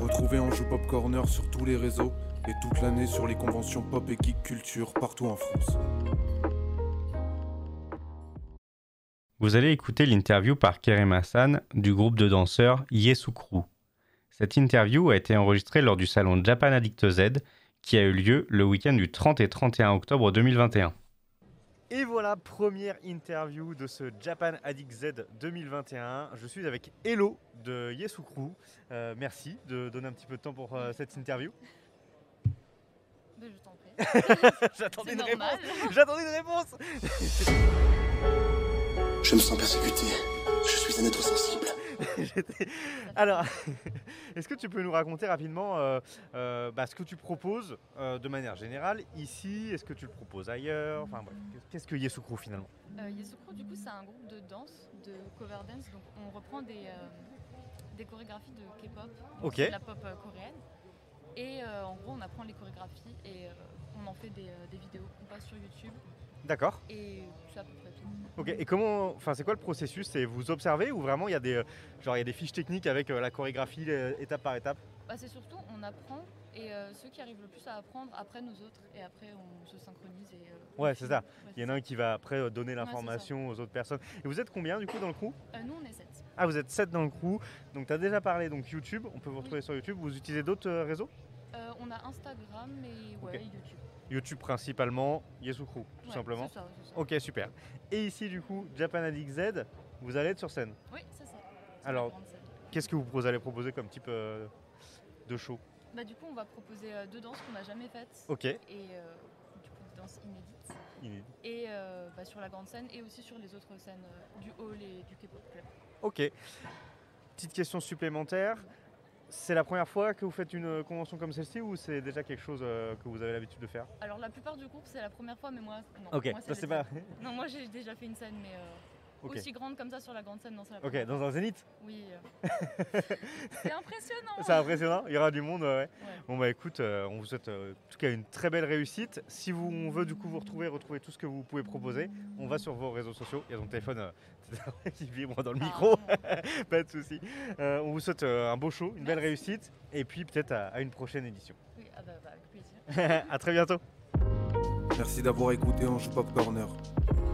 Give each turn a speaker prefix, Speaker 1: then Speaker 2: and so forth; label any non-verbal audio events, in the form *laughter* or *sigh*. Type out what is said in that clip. Speaker 1: Retrouvez Anjou Pop Corner sur tous les réseaux et toute l'année sur les conventions pop et geek culture partout en France.
Speaker 2: Vous allez écouter l'interview par Kerem Hassan du groupe de danseurs Yesukru. Cette interview a été enregistrée lors du salon Japan Addict Z qui a eu lieu le week-end du 30 et 31 octobre 2021.
Speaker 3: Et voilà, première interview de ce Japan Addict Z 2021. Je suis avec Hello de Yesukru. Euh, merci de donner un petit peu de temps pour euh, cette
Speaker 4: *laughs*
Speaker 3: interview. *laughs*
Speaker 4: Ben, je t'en prie.
Speaker 3: J'attendais
Speaker 4: C'est
Speaker 3: une
Speaker 4: normal.
Speaker 3: réponse. J'attendais une réponse.
Speaker 5: Je me sens persécuté. Je suis un être sensible.
Speaker 3: J'étais- Alors, *laughs* est-ce que tu peux nous raconter rapidement euh, euh, bah, ce que tu proposes euh, de manière générale ici Est-ce que tu le proposes ailleurs Enfin bref, qu'est-ce que Yesukru finalement
Speaker 4: Euh, Yesukru, du coup, c'est un groupe de danse, de cover dance. Donc, on reprend des, euh, des chorégraphies de K-pop, donc
Speaker 3: Ok.
Speaker 4: c'est de la pop euh, coréenne. Et euh, en gros, on apprend les chorégraphies et euh, on en fait des, euh, des vidéos qu'on passe sur YouTube.
Speaker 3: D'accord.
Speaker 4: Et c'est à peu près tout.
Speaker 3: Ok. Et comment Enfin, c'est quoi le processus C'est vous observez ou vraiment il y a des euh, genre il y a des fiches techniques avec euh, la chorégraphie euh, étape par étape
Speaker 4: Bah, c'est surtout, on apprend et euh, ceux qui arrivent le plus à apprendre après nous autres. Et après, on se synchronise. Et, euh,
Speaker 3: Ouais,
Speaker 4: on
Speaker 3: c'est
Speaker 4: filme.
Speaker 3: ça.
Speaker 4: Ouais,
Speaker 3: Il y en
Speaker 4: c'est
Speaker 3: a un qui va après euh, donner
Speaker 4: c'est ça.
Speaker 3: l'information aux autres personnes. Et vous êtes combien du coup dans le crew
Speaker 4: ça. Euh, nous, on est sept.
Speaker 3: Ah, vous êtes 7 dans le crew. Donc tu as déjà parlé donc YouTube, on peut vous retrouver sur YouTube. Vous utilisez d'autres euh, réseaux
Speaker 4: Euh, on a Instagram et ouais,
Speaker 3: Ok.
Speaker 4: YouTube.
Speaker 3: YouTube principalement, Yesukru tout
Speaker 4: Ouais,
Speaker 3: simplement.
Speaker 4: c'est ça, c'est ça.
Speaker 3: Ok, super. Et ici, du coup, Japan Addict Z, vous allez être sur scène.
Speaker 4: Oui, c'est ça. C'est la
Speaker 3: Alors,
Speaker 4: grande scène.
Speaker 3: qu'est-ce que vous allez proposer comme type euh, de show
Speaker 4: Bah, du coup, on va proposer euh, deux danses qu'on n'a jamais faites.
Speaker 3: Ok,
Speaker 4: Et euh, du coup, des danses inédites.
Speaker 3: il-
Speaker 4: Et euh, bah, sur la grande scène et aussi sur les autres scènes euh, du hall et du K-pop club.
Speaker 3: ok. Petite question supplémentaire. C'est la première fois que vous faites une euh, convention comme celle-ci ou c'est déjà quelque chose euh, que vous avez l'habitude de faire
Speaker 4: Alors, la plupart du groupe, c'est la première fois, mais moi, non.
Speaker 3: Ok,
Speaker 4: moi,
Speaker 3: ça
Speaker 4: la
Speaker 3: c'est pas.
Speaker 4: deuxième. Non, moi, j'ai déjà fait une scène, mais euh,
Speaker 3: Ok.
Speaker 4: aussi grande comme ça sur la grande scène, non, c'est la
Speaker 3: Ok,
Speaker 4: première
Speaker 3: dans un zénith,
Speaker 4: fois. Oui.
Speaker 3: *laughs*
Speaker 4: euh. c'est impressionnant.
Speaker 3: c'est impressionnant, il y aura du monde, ouais.
Speaker 4: Ouais.
Speaker 3: Bon bah écoute, euh, on vous souhaite euh, en tout cas une très belle réussite. Si vous, on veut du coup vous retrouver, retrouver tout ce que vous pouvez proposer, on va sur vos réseaux sociaux. Il y a ton téléphone euh, *laughs* qui vibre dans le
Speaker 4: Ah,
Speaker 3: micro,
Speaker 4: non.
Speaker 3: pas de souci. Euh, on vous souhaite euh, un beau show, une belle
Speaker 4: Merci.
Speaker 3: réussite et puis peut-être à, à une prochaine édition. *laughs*
Speaker 4: Oui, ah bah, bah, avec plaisir.
Speaker 3: à très bientôt.
Speaker 1: Merci d'avoir écouté Anjou Pop Corner.